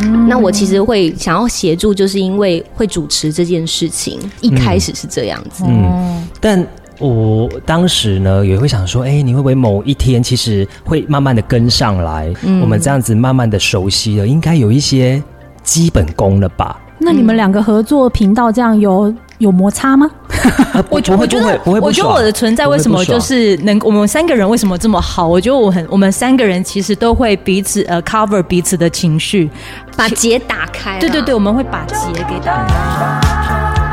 嗯那我其实会想要协助，就是因为会主持这件事情，一开始是这样子。嗯，但我当时呢也会想说，哎、你会不会某一天其实会慢慢的跟上来？我们这样子慢慢的熟悉了，应该有一些基本功了吧？那你们两个合作频道这样有有摩擦吗？啊、不我觉不我会觉不会得不会我不觉得爽我的存在为什么不会就不爽是能我们三个人为什么这么好？我觉得我很我们三个人其实都会彼此呃 cover 彼此的情绪，把结打开啦，对对对，我们会把结给打开。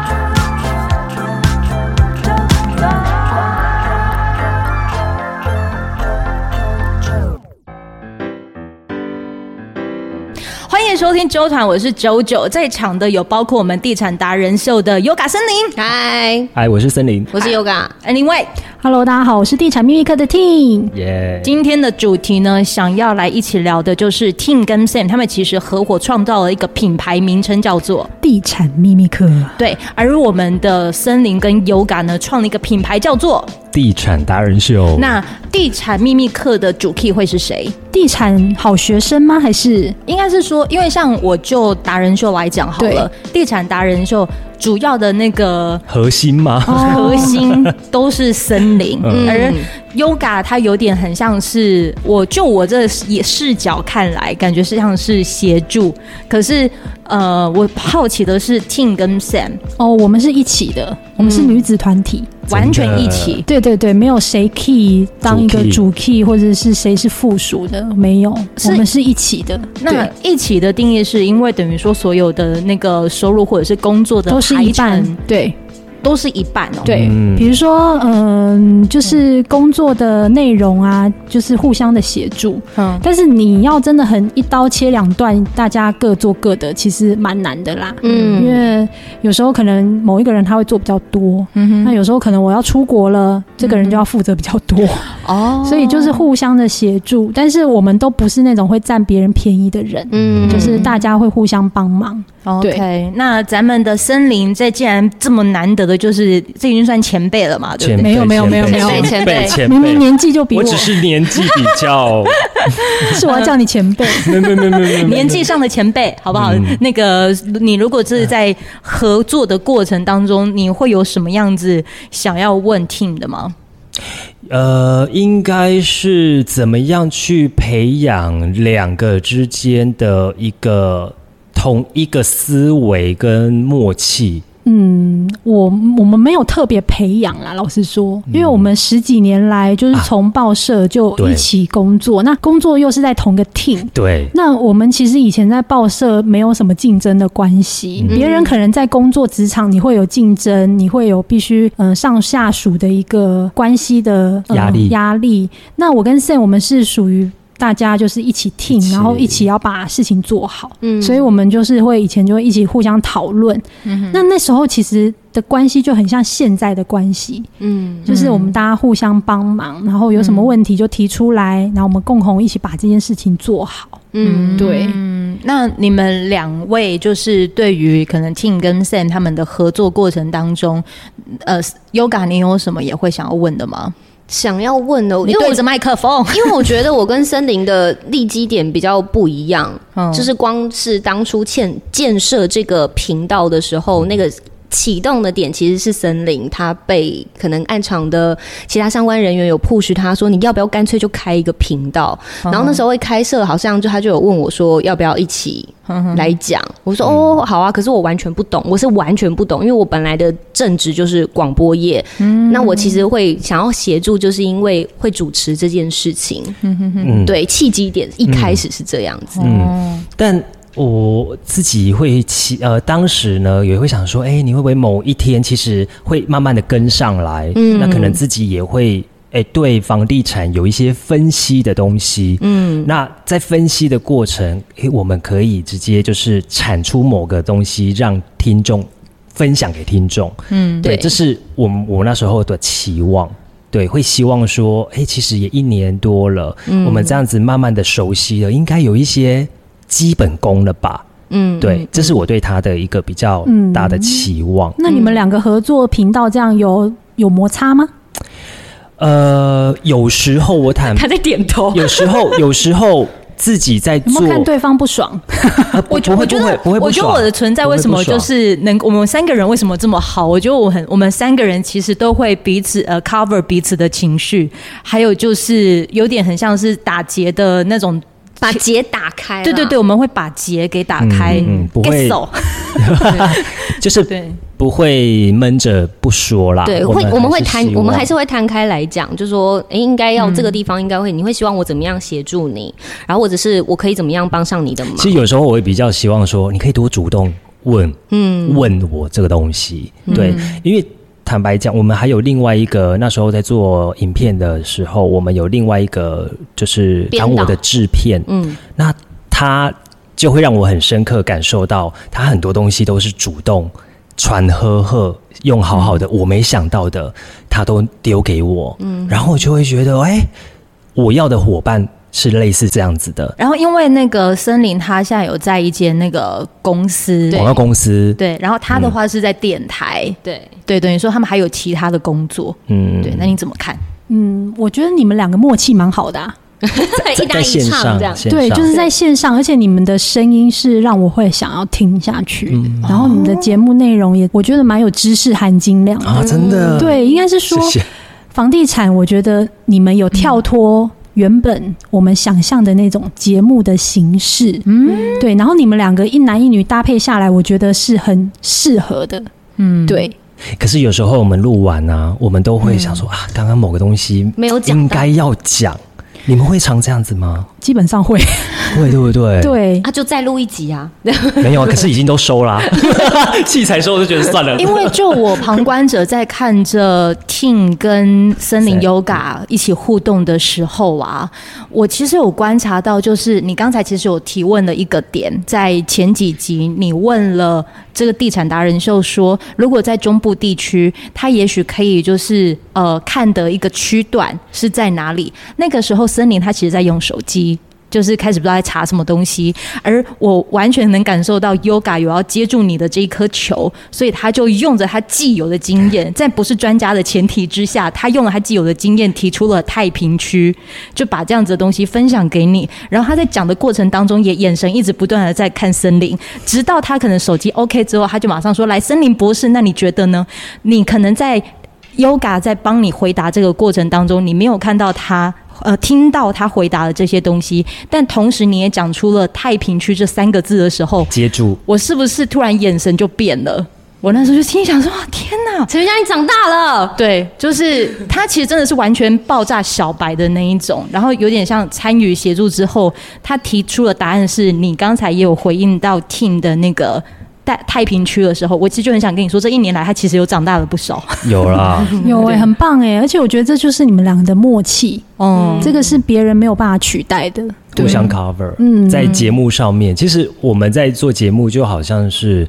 欢迎收听周团，我是九九，在场的有包括我们地产达人秀的 Yoga 森林，嗨，哎，我是森林，我是 Yoga，哎，另外 Hello，大家好，我是地产秘密课的 Ting。耶、今天的主题呢，想要来一起聊的就是 Tim 跟 Sam 他们其实合伙创造了一个品牌名称叫做地产秘密课，对，而我们的森林跟 Yoga 呢创了一个品牌叫做地产达人秀。那地产秘密课的主 key 会是谁？地产好学生吗？还是应该是说，因为像我就达人秀来讲好了，地产达人秀主要的那个核心吗？哦核心都是森林，嗯而 Yoga 它有点很像是我就我这也视角看来，感觉是像是协助。可是呃，我好奇的是 Tim 跟 Sam 哦，我们是一起的，我们是女子团体。完全一起，对对对，没有谁 key 当一个主 key，或者是谁是附属的，没有，是我们是一起的。那对一起的定义是因为等于说所有的那个收入或者是工作的都是一排半程，对都是一半哦。对嗯，比如说，嗯，就是工作的内容啊，就是互相的协助。嗯，但是你要真的很一刀切两断，大家各做各的，其实蛮难的啦。嗯因为有时候可能某一个人他会做比较多，嗯那哼，有时候可能我要出国了，这个人就要负责比较多，哦嗯 所以就是互相的协助。但是我们都不是那种会占别人便宜的人，嗯就是大家会互相帮忙。 OK，那咱们的森林，这既然这么难得的，就是这已经算前辈了嘛，对前不对？辈没有没有没有没有前辈前辈前明明辈，年纪就比我我，只是年纪比较，是我要叫你前 辈。没没没没没没年纪上的前辈，好不好？嗯那个，你如果是在合作的过程当中，你会有什么样子想要问 team 的吗？呃，应该是怎么样去培养两个之间的一个同一个思维跟默契？嗯，我我们没有特别培养啦，老实说，因为我们十几年来就是从报社就嗯对一起工作，那工作又是在同个 team。对，那我们其实以前在报社没有什么竞争的关系，嗯别、人可能在工作职场你会有竞争，你会有必须嗯、呃上下属的一个关系的、呃压力压力。那我跟 Sam 我们是属于大家就是一起 team，起然后一起要把事情做好。嗯所以我们就是会以前就会一起互相讨论。那那时候其实的关系就很像现在的关系，嗯就是我们大家互相帮忙，然后有什么问题就提出来，然后我们共同一起把这件事情做好。嗯对嗯，那你们两位就是对于可能 team 跟 Sam 他们的合作过程当中，呃，Yoga，你有什么也会想要问的吗？想要问的，因你为对我着麦克风，因为我觉得我跟森林的立基点比较不一样，嗯就是光是当初建建设这个频道的时候，嗯那个启动的点其实是森林，他被可能暗场的其他相关人员有 push 他说你要不要干脆就开一个频道，嗯然后那时候会开设，好像就他就有问我说要不要一起来讲，我说哦好啊，可是我完全不懂，我是完全不懂，因为我本来的正职就是广播业，那我其实会想要协助，就是因为会主持这件事情，嗯，对，契机点一开始是这样子，哦嗯，但我自己会期呃，当时呢也会想说，哎、你会不会某一天其实会慢慢的跟上来？嗯那可能自己也会。哎、对房地产有一些分析的东西，嗯，那在分析的过程，哎、我们可以直接就是产出某个东西，让听众分享给听众，嗯，对，对这是我们我那时候的期望。对，会希望说，哎、其实也一年多了，嗯我们这样子慢慢的熟悉了，应该有一些基本功了吧？嗯，对，这是我对他的一个比较大的期望。那你们两个合作频道这样有有摩擦吗？嗯呃，有时候我坦 在点头有时候，有时候自己在有做没，有看对方不爽？呃不我觉不我会觉不会得，不会不我觉得爽我的存在为什么不会就不爽是能，我们三个人为什么这么好？我觉得我很，我们三个人其实都会彼此呃 cover 彼此的情绪，还有就是有点很像是打结的那种。把结打开。对对对，，我们会把结给打开，嗯嗯不 get 会 so 就是对，不会闷着不说啦。对，会我我们们会是摊，希我们望还是会摊开来讲，就说，诶，应该要这个地方应该会，你会希望我怎么样协助你，然后或者是我可以怎么样帮上你的忙。其实有时候我会比较希望说，你可以多主动问，嗯，问我这个东西，对，因为坦白讲，我们还有另外一个，那时候在做影片的时候，我们有另外一个就是编当导我的制片，嗯，那他就会让我很深刻感受到，他很多东西都是主动传呵呵，用好好的，我没想到的，他都丢给我，嗯，然后我就会觉得，哎、我要的伙伴是类似这样子的然后因为那个森林，他现在有在一间那个公司，对广告公司，对然后他嗯的话是在电台，对，对，等于说他们还有其他的工作，嗯，对，那你怎么看？嗯，我觉得你们两个默契蛮好的、啊，一搭在一线唱上，这样。线对，上就是在线上，而且你们的声音是让我会想要听下去的，嗯然后你们的节目内容也我觉得蛮有知识含金量的。啊，真的，对，应该是谢说谢，房地产，我觉得你们有跳脱原嗯本我们想象的那种节目的形式，嗯对，然后你们两个一男一女搭配下来，我觉得是很适合的，嗯，对，可是有时候我们录完啊，我们都会想说、啊，刚刚某个东西没有讲到应该要讲，你们会常这样子吗？基本上会，会，对不对？，对，啊，就再录一集啊！没有啊，可是已经都收啦， 器材收就觉得算了，因为就我旁观者在看着 Ting 跟森林 Yoga 一起互动的时候啊，我其实有观察到，就是你刚才其实有提问了一个点，在前几集你问了这个地产达人秀说，如果在中部地区，他也许可以就是呃看的一个区段是在哪里。那个时候森林他其实在用手机。就是开始不知道在查什么东西，而我完全能感受到 Yoga 有要接住你的这一颗球，所以他就用着他既有的经验，在不是专家的前提之下，他用了他既有的经验提出了太平区，就把这样子的东西分享给你。然后他在讲的过程当中，也眼神一直不断的在看森林，直到他可能手机 OK 之后，他就马上说：“来，森林博士，那你觉得呢？你可能在 Yoga 在帮你回答这个过程当中，你没有看到他。呃，听到他回答的这些东西，但同时你也讲出了“太平区”这三个字的时候，接住。我是不是突然眼神就变了？我那时候就心里想说：“哇天哪陈学佳，你长大了！”，对，就是他其实真的是完全爆炸小白的那一种，然后有点像参与协助之后，他提出的答案是你刚才也有回应到 Team 的那个太太平区的时候，我其实就很想跟你说，这一年来他其实有长大了不少。有啦，有哎、对很棒哎、而且我觉得这就是你们两个的默契，嗯，这个是别人没有办法取代的，互相 cover。嗯在节目上面，其实我们在做节目就好像是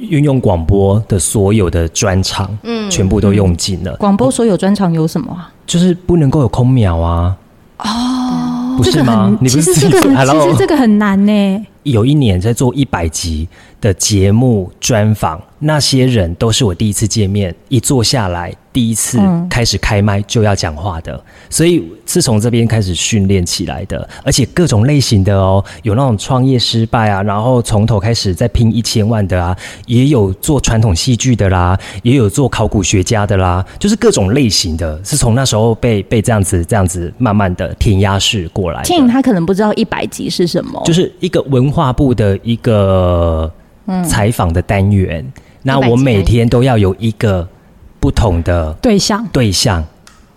运用广播的所有的专场，嗯，全部都用尽了，广播所有专场有什么啊？就是不能够有空秒啊。哦，不这是个吗很？，你不其是自实这己个做 很，Hello 其实这个很难呢、欸有一年在做一百集的节目专访，那些人都是我第一次见面，一坐下来，第一次嗯开始开麦就要讲话的，所以是从这边开始训练起来的，而且各种类型的哦，有那种创业失败啊，然后从头开始再拼一千万的啊，也有做传统戏剧的啦，也有做考古学家的啦，就是各种类型的，是从那时候被被这样子这样子慢慢的填鸭式过来的。 Team 他可能不知道一百集是什么，就是一个文化部的一个采访的单元。那我每天都要有一个不同的对象，对象，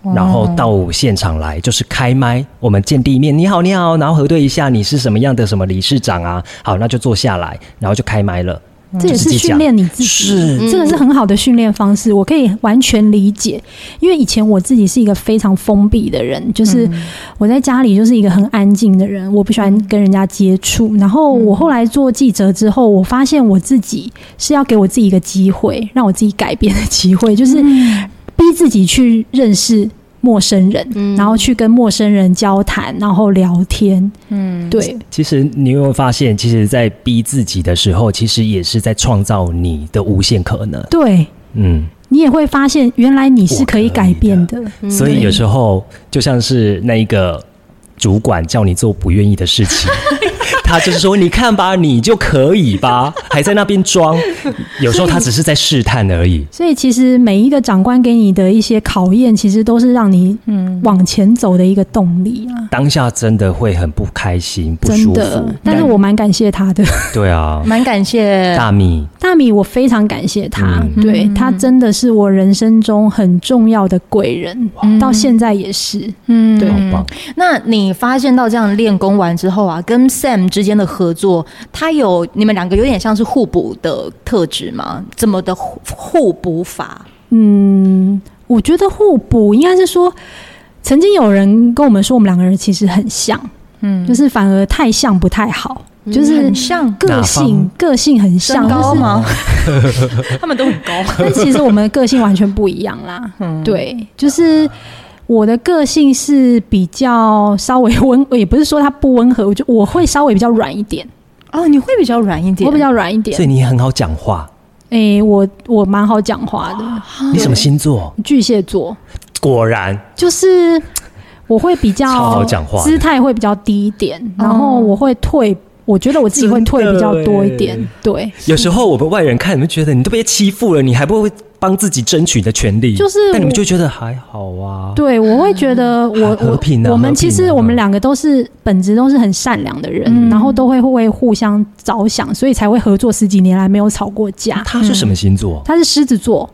然后到现场来，就是开麦，我们见第一面，你好，你好，然后核对一下你是什么样的什么理事长啊，好，那就坐下来，然后就开麦了。这也嗯就是自己训讲练你自己，是这个是很好的训练方式，我可以完全理解。因为以前我自己是一个非常封闭的人，就是嗯我在家里就是一个很安静的人，我不喜欢跟人家接触。然后我嗯后来做记者之后，我发现我自己是要给我自己一个机会，让我自己改变的机会，就是嗯逼自己去认识。陌生人，然后去跟陌生人交谈，然后聊天，嗯，对，其实你有没有发现，其实，在逼自己的时候，其实也是在创造你的无限可能。对嗯。你也会发啊嗯现，原来你是可以改变的，所以有时候就像是那一个主管叫你做不愿意的事 情，他就是说你看吧，你就可以 吧，还在那边装。有时候他只是在试探而已。所以其实每一个长官给你的一些考验，其实都是让你嗯往前走的一个动力啊，当下真的会很不开心、不真舒服嗯的。。嗯但是我蛮感谢 他的，对啊，蛮感谢大米大米，我非常感谢他，嗯对他真的是我人生中很重要的贵人，到现在也是。嗯，好棒，那你发现到这样练功完之后啊，跟 Sam 之间的合作，他有你们两个有点像是互补的特质吗？怎么的互互补法？嗯，我觉得互补应该是说，曾经有人跟我们说，我们两个人其实很像，嗯，就是反而太像不太好，就是很像个哪性方个性很身像，高就是吗？他们都很高。 但其实我们的个性完全不一样啦。对，就是我的个性是比较稍微温，也不是说它不温和，我就我会稍微比较软一点，哦，你会比较软一点，我比较软一点所。以你很好讲话。诶、我我蛮好讲话的，你什么星座？巨蟹座果然就是我会比较超好讲话的姿态会比较低一点，然后我会退。我觉得我自己会退比较多一点真，对，有时候我们外人看，你们觉得你都被欺负了，你还不会帮自己争取你的权利，就是但你们我就觉得还好啊。对，我会觉得我和平啊我我和们平其啊实我们两个都是本质都是很善良的人，然后都会为互相着想，所以才会合作十几年来没有吵过架。他是什么星座？他是狮子座，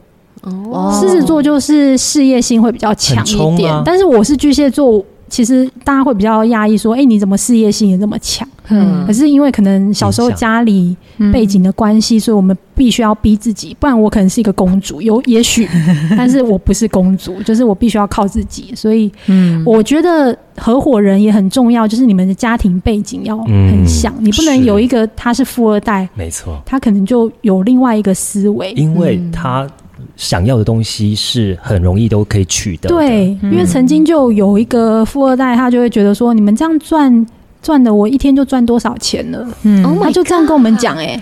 哦，狮子座就是事业心会比较强很冲一点，啊但是我是巨蟹座，其实大家会比较压抑说，哎、你怎么事业心也那么强？嗯可是因为可能小时影候响家里背景的关系，所以我们必须要逼自己，不然我可能是一个公主，有也许，但是我不是公主，就是我必须要靠自己。所以嗯，我觉得合伙人也很重要，就是你们的家庭背景要很像，嗯你不能是有一个他是富二代，没错，他可能就有另外一个思维。因为他想要的东西是很容易都可以取得的。对，因为曾经就有一个富二代，他就会觉得说，你们这样赚赚的，我一天就赚多少钱了，嗯 Oh 哦他 my 就这样跟我们讲、哎，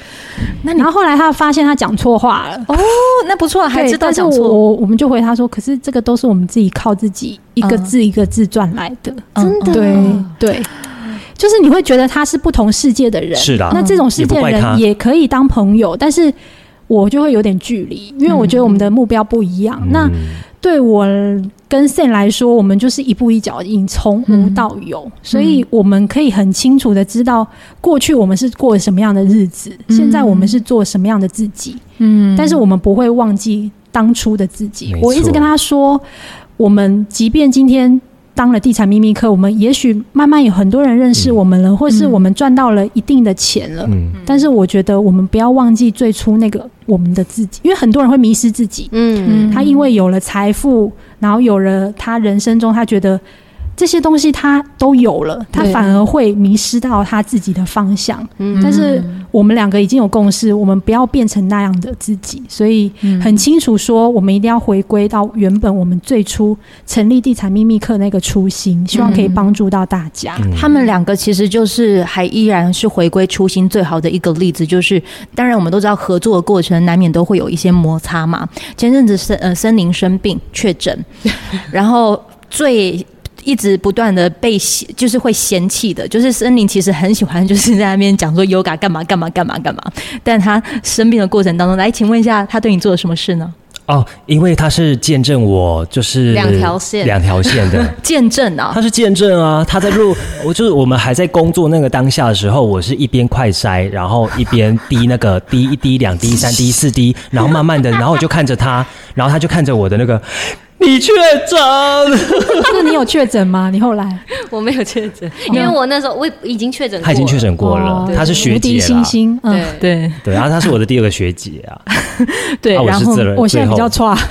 那你然后后来他发现他讲错话了。哦，那不错，还对知道但是讲错，我我们就回他说，可是这个都是我们自己靠自己一个嗯字一个字赚来的，嗯真的哦对对，就是你会觉得他是不同世界的人，是啦那这种世界也不怪他人也可以当朋友，但是我就会有点距离，因为我觉嗯得我们的目标不一样。嗯，那对我跟 Sen 来说，我们就是一步一脚印，从无嗯到有，所以我们可以很清楚的知道过去我们是过什么样的日子，现在我们是做什么样的自己。嗯但是我们不会忘记当初的自己没。错我一直跟他说，我们即便今天当了地产秘密课，我们也许慢慢有很多人认识我们了，或是我们赚到了一定的钱了。嗯，但是我觉得我们不要忘记最初那个我们的自己，因为很多人会迷失自己。嗯，他因为有了财富，然后有了他人生中他觉得这些东西他都有了，他对反而会迷失到他自己的方向。嗯但是我们两个已经有共识，我们不要变成那样的自己，所以嗯很清楚说，我们一定要回归到原本我们最初成立地产秘密课那个初心，希望可以帮助到大家。嗯他们两个其实就是还依然是回归初心最好的一个例子，就是当然我们都知道合作的过程难免都会有一些摩擦 嘛。前阵子森呃森林生病确诊，然后最。一直不断的被嫌，就是会嫌弃的，就是森林其实很喜欢，就是在那边讲说 yoga 干嘛干嘛干嘛干嘛，但他生病的过程当中，来，请问一下，他对你做了什么事呢？哦，因为他是见证我就是两条线两条线的。见证啊，他是见证啊，他在录， 我就是我们还在工作那个当下的时候，我是一边快筛，然后一边滴那个 滴一滴、两滴、三滴、四滴，然后慢慢的，然后我就看着他， 然后他就看着我的那个，你确诊，那你有确诊吗？你后来我没有确诊，因为我那时候我已经确诊，他已经确，诊过了哦，他是无学敌姐星啦，星，嗯，对，对对，然后他是我的第二个学姐啊，对，啊我然是后自然我现在比较最差，后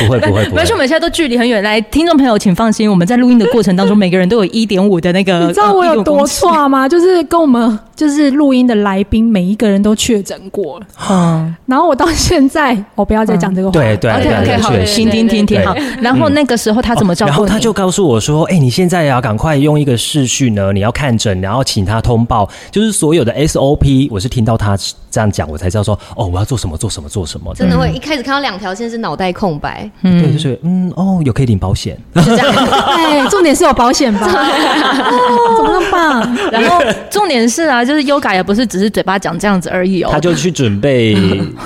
不会不会不而会且，我们现在都距离很远，来，听众朋友请放心，我们在录音的过程当中，每个人都有一点五的那个，你知道我有多错？差吗？就是跟我们就是录音的来宾每一个人都确诊过了，嗯然后我到现在，我不要再讲这个话，对对，OK 对 OK，对好确，实听听听听对好。然后那个时候他怎么照然 顾后你？他就告诉我说：“哎、你现在要赶快用一个视讯呢，你要看诊，然后请他通报，就是所有的 SOP。”我是听到他这样讲，我才知道说：“哦，我要做什么，做什么，做什么。”真的会一开始看到两条线是脑袋空白，对，就是嗯，哦，有可以领保险，哎，重点是有保险吧？哦怎么那么棒？然后重点是啊，就是 Yoga 也不是只是嘴巴讲这样子而已哦他，就去准备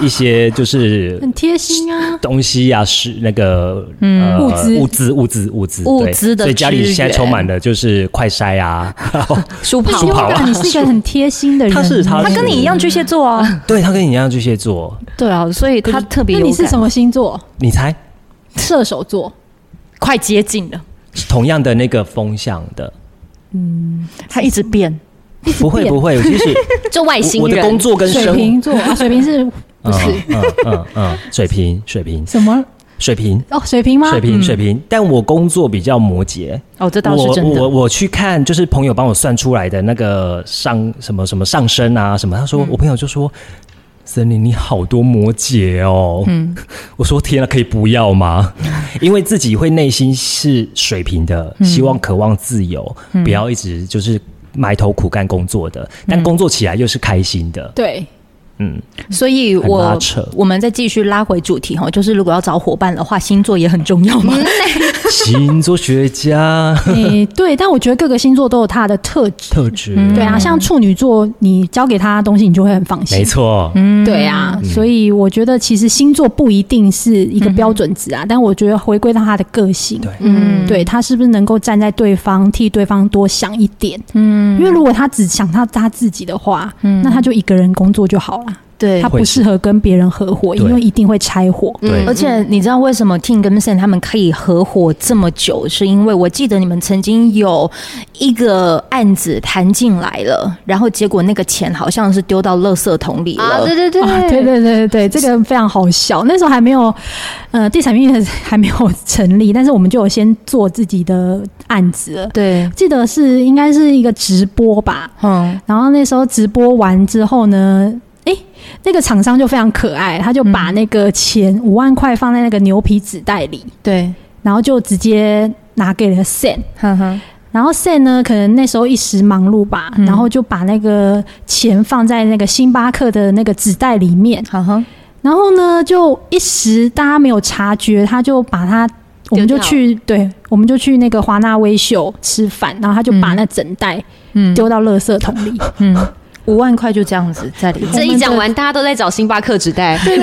一些就是很贴心啊！东西呀、是那个嗯物资物资物资物资物对资的所以家里支现在援充满了就是快筛啊，然后书不跑行书跑，Yoga，你是一个很贴心的人。他是他他跟你一样巨蟹座啊，对他跟你一样巨蟹座，对啊，所以他特别那有你是感什么星座？你猜射手座。快接近了，是同样的那个风向的，他一直变，不会不会，其实就外星我我的工人，作跟水生活。瓶座啊，水瓶是不是嗯嗯嗯嗯，水平水平什 么？水平哦，水瓶吗？水平水平，但我工作比较摩羯，哦，这倒是我真我的，我去看，就是朋友帮我算出来的那个上什么什么上升啊什么，他说、我朋友就说。森林，你好多摩羯哦。嗯， 我说天啊，可以不要吗？ 因为自己会内心是水平的，希望渴望自由，不要一直就是埋头苦干工作的，但工作起来又是开心的。对，嗯，所以很拉我扯我们再继续拉回主题哈，就是如果要找伙伴的话，星座也很重要嘛。星座学家 诶，对，但我觉得各个星座都有它的特质。特质，对啊，像处女座，你交给他东西，你就会很放心没。错，嗯嗯对啊，所以我觉得其实星座不一定是一个标准值啊，但我觉得回归到他的个性，嗯对嗯，对他是不是能够站在对方替对方多想一点，嗯，因为如果他只想他他自己的话，嗯，那他就一个人工作就好了，对他，不会是适合跟别人合伙，因对为一定会拆伙，对而且你知道为什么 Ting 跟 Sen 他们可以合伙这么久，是因为我记得你们曾经有一个案子谈进来了，然后结果那个钱好像是丢到垃圾桶里了。啊，对对对 啊，对对对对对，这个非常好笑。那时候还没有，呃，地产运营 还没有成立，但是我们就有先做自己的案子了。对记得是应该是一个直播吧，嗯，然后那时候直播完之后呢，诶，那个厂商就非常可爱，他就把那个钱五万块放在那个牛皮纸袋里，对，然后就直接拿给了 Sam。哼嗯哼，然后 Sam 呢，可能那时候一时忙碌吧，嗯然后就把那个钱放在那个星巴克的那个纸袋里面，哼哼，然后呢，就一时大家没有察觉，他就把他，我们就掉去，对，我们就去那个华纳威秀吃饭，然后他就把那整袋嗯丢到垃圾桶里。嗯，五万块就这样子在里面。这一讲完，大家都在找星巴克纸袋，对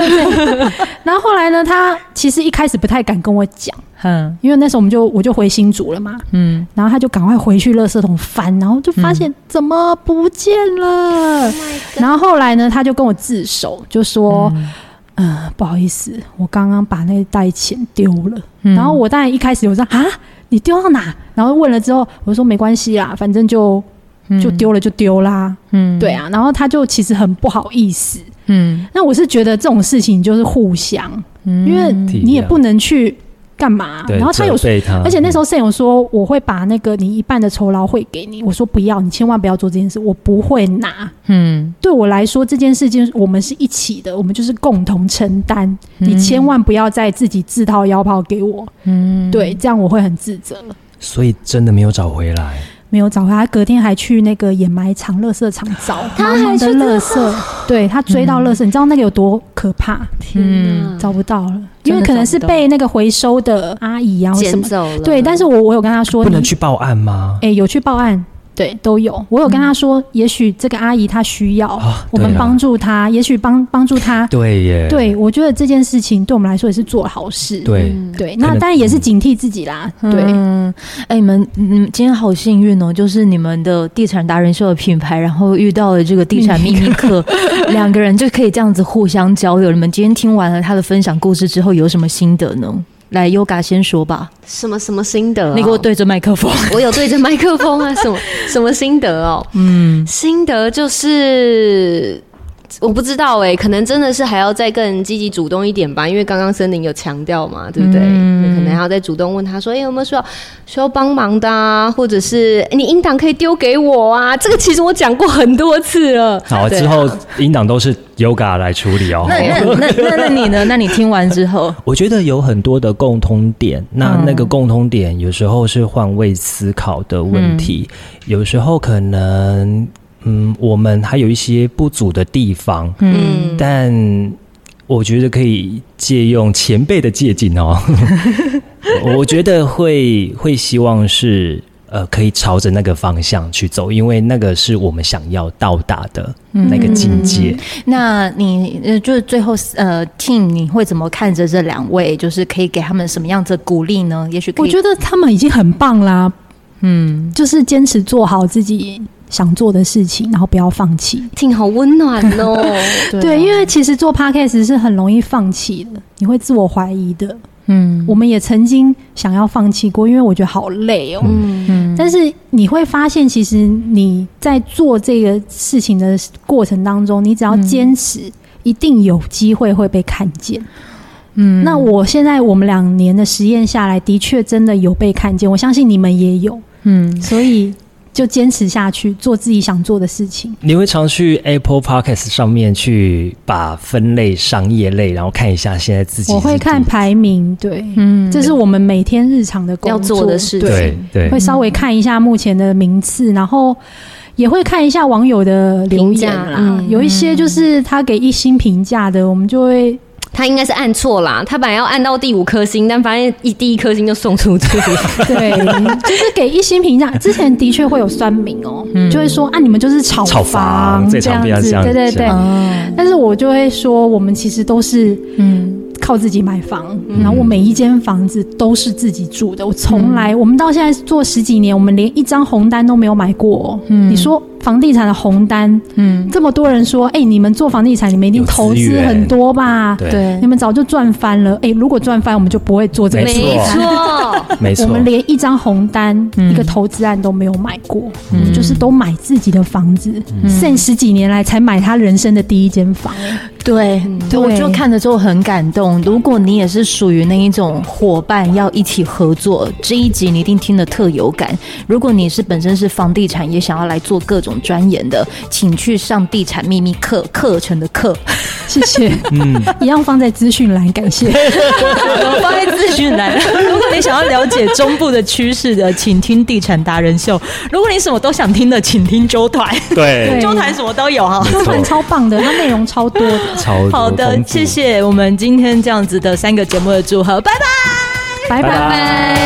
然后后来呢，他其实一开始不太敢跟我讲，嗯因为那时候我们就我就回新竹了嘛，嗯，然后他就赶快回去垃圾桶翻，然后就发现怎么不见了。然后后来呢，他就跟我自首，就说。嗯呃，不好意思，我刚刚把那袋钱丢了。嗯然后我当然一开始我说啊，你丢到哪？然后问了之后，我说没关系啦，反正就就丢了就丢啦。嗯对啊，然后他就其实很不好意思。嗯，那我是觉得这种事情就是互相，因为你也不能去干嘛。对，啊然后他有责备他，而且那时候 Sam 有说，我会把那个你一半的酬劳汇给你。我说不要，你千万不要做这件事，我不会拿。嗯对我来说，这件事情我们是一起的，我们就是共同承担。你千万不要再自己自掏腰包给我，嗯，对，这样我会很自责。所以真的没有找回来。没有找回来，他隔天还去那个掩埋场、垃圾场找茫茫的垃圾，对他追到垃嗯圾，你知道那个有多可怕？嗯，找不到了，真的因为可能是找不到被那个回收的阿姨啊或什捡么的。走了，对，但是我我有跟他说，不能你去报案吗？哎、有去报案，对，都有。我有跟他说，也许这个阿姨她需要、啊哎我们对啊帮助她，也许帮帮助她。对耶，对，嗯我觉得这件事情对我们来说也是做好事。对，嗯可对，那能嗯当然也是警惕自己啦。对，嗯，哎、你们嗯，今天好幸运哦，就是你们的地产达人秀的品牌，然后遇到了这个地产秘密课，两个人就可以这样子互相交流。你们今天听完了他的分享故事之后，有什么心得呢？来，Yoga 先说吧，什么什么心得、啊你给我，对着麦克风。我有对着麦克风啊，什么什么心得哦，嗯，心得就是我不知道哎、可能真的是还要再更积极主动一点吧，因为刚刚森林有强调嘛，对不对？可能还要再主动问他说：“哎、有没有需要需要帮忙的啊？或者是、哎你印堂可以丢给我啊？”这个其实我讲过很多次了。好，啊对之后音档都是 Yoga 来处理哦。 那那那那那你 呢？那你听完之后，我觉得有很多的共通点，那嗯那个共通点有时候是换位思考的问题，嗯有时候可能，嗯，我们还有一些不足的地方，嗯，但我觉得可以借用前辈的借鉴 哦。我觉得会会希望是呃，可以朝着那个方向去走，因为那个是我们想要到达的嗯那个境界。 那你呃，就是最后呃，team 你会怎么看着这两位？就是可以给他们什么样子的鼓励呢？也许可以，我觉得他们已经很棒啦，嗯，就是坚持做好自己想做的事情，然后不要放弃。听好温暖哦，对啊对，因为其实做 podcast 是很容易放弃的，你会自我怀疑的。嗯我们也曾经想要放弃过，因为我觉得好累哦。嗯，嗯，但是你会发现，其实你在做这个事情的过程当中，你只要坚持，一定有机会会被看见。嗯那我现在我们两年的实验下来，的确真的有被看见，我相信你们也有，嗯所以就坚持下去，做自己想做的事情。你会常去 Apple Podcast 上面去把分类商业类，然后看一下现在自己我会是看排名，对，嗯这是我们每天日常的工要作做的事对对对会稍微看一下目前的名次，然后也会看一下网友的留评价言啦啦。嗯有一些就是他给一星评价的，我们就会他应该是按错啦，他本来要按到第五颗星，但发现一第一颗星就送出去了。 对，就是给一星评价。之前的确会有酸民哦，就会说啊，你们就是炒嗯炒房房最这常被样他子，这样对对讲对。哦但是我就会说，我们其实都是嗯靠自己买房，嗯然后我每一间房子都是自己住的，我从来、嗯我们到现在做十几年，我们连一张红单都没有买过、哦。嗯你说房地产的红单，嗯，这么多人说，哎、你们做房地产，你们一定有资投资源很多吧？对对你，们早就赚翻了。哎、如果赚翻，我们就不会做这个没事。错 没错，没我错，们连一张红单、嗯一个投资案都没有买过，就是都买自己的房子，剩十几年来才买他人生的第一间房。对，对，我对就看了之后很感动。如果你也是属于那一种伙伴要一起合作，这一集你一定听得特有感。如果你是本身是房地产，也想要来做各种钻研的，请去上地产秘密课课程的课，谢谢，一样放在资讯栏，感谢。我放在资讯栏。如果你想要了解中部的趋势的，请听地产达人秀。如果你什么都想听的，请听周团，对 对周团什么都有哈。没周错团超棒的，它内容超多的。超多好的丰，富谢谢我们今天这样子的三个节目的组合，拜拜。拜拜拜拜。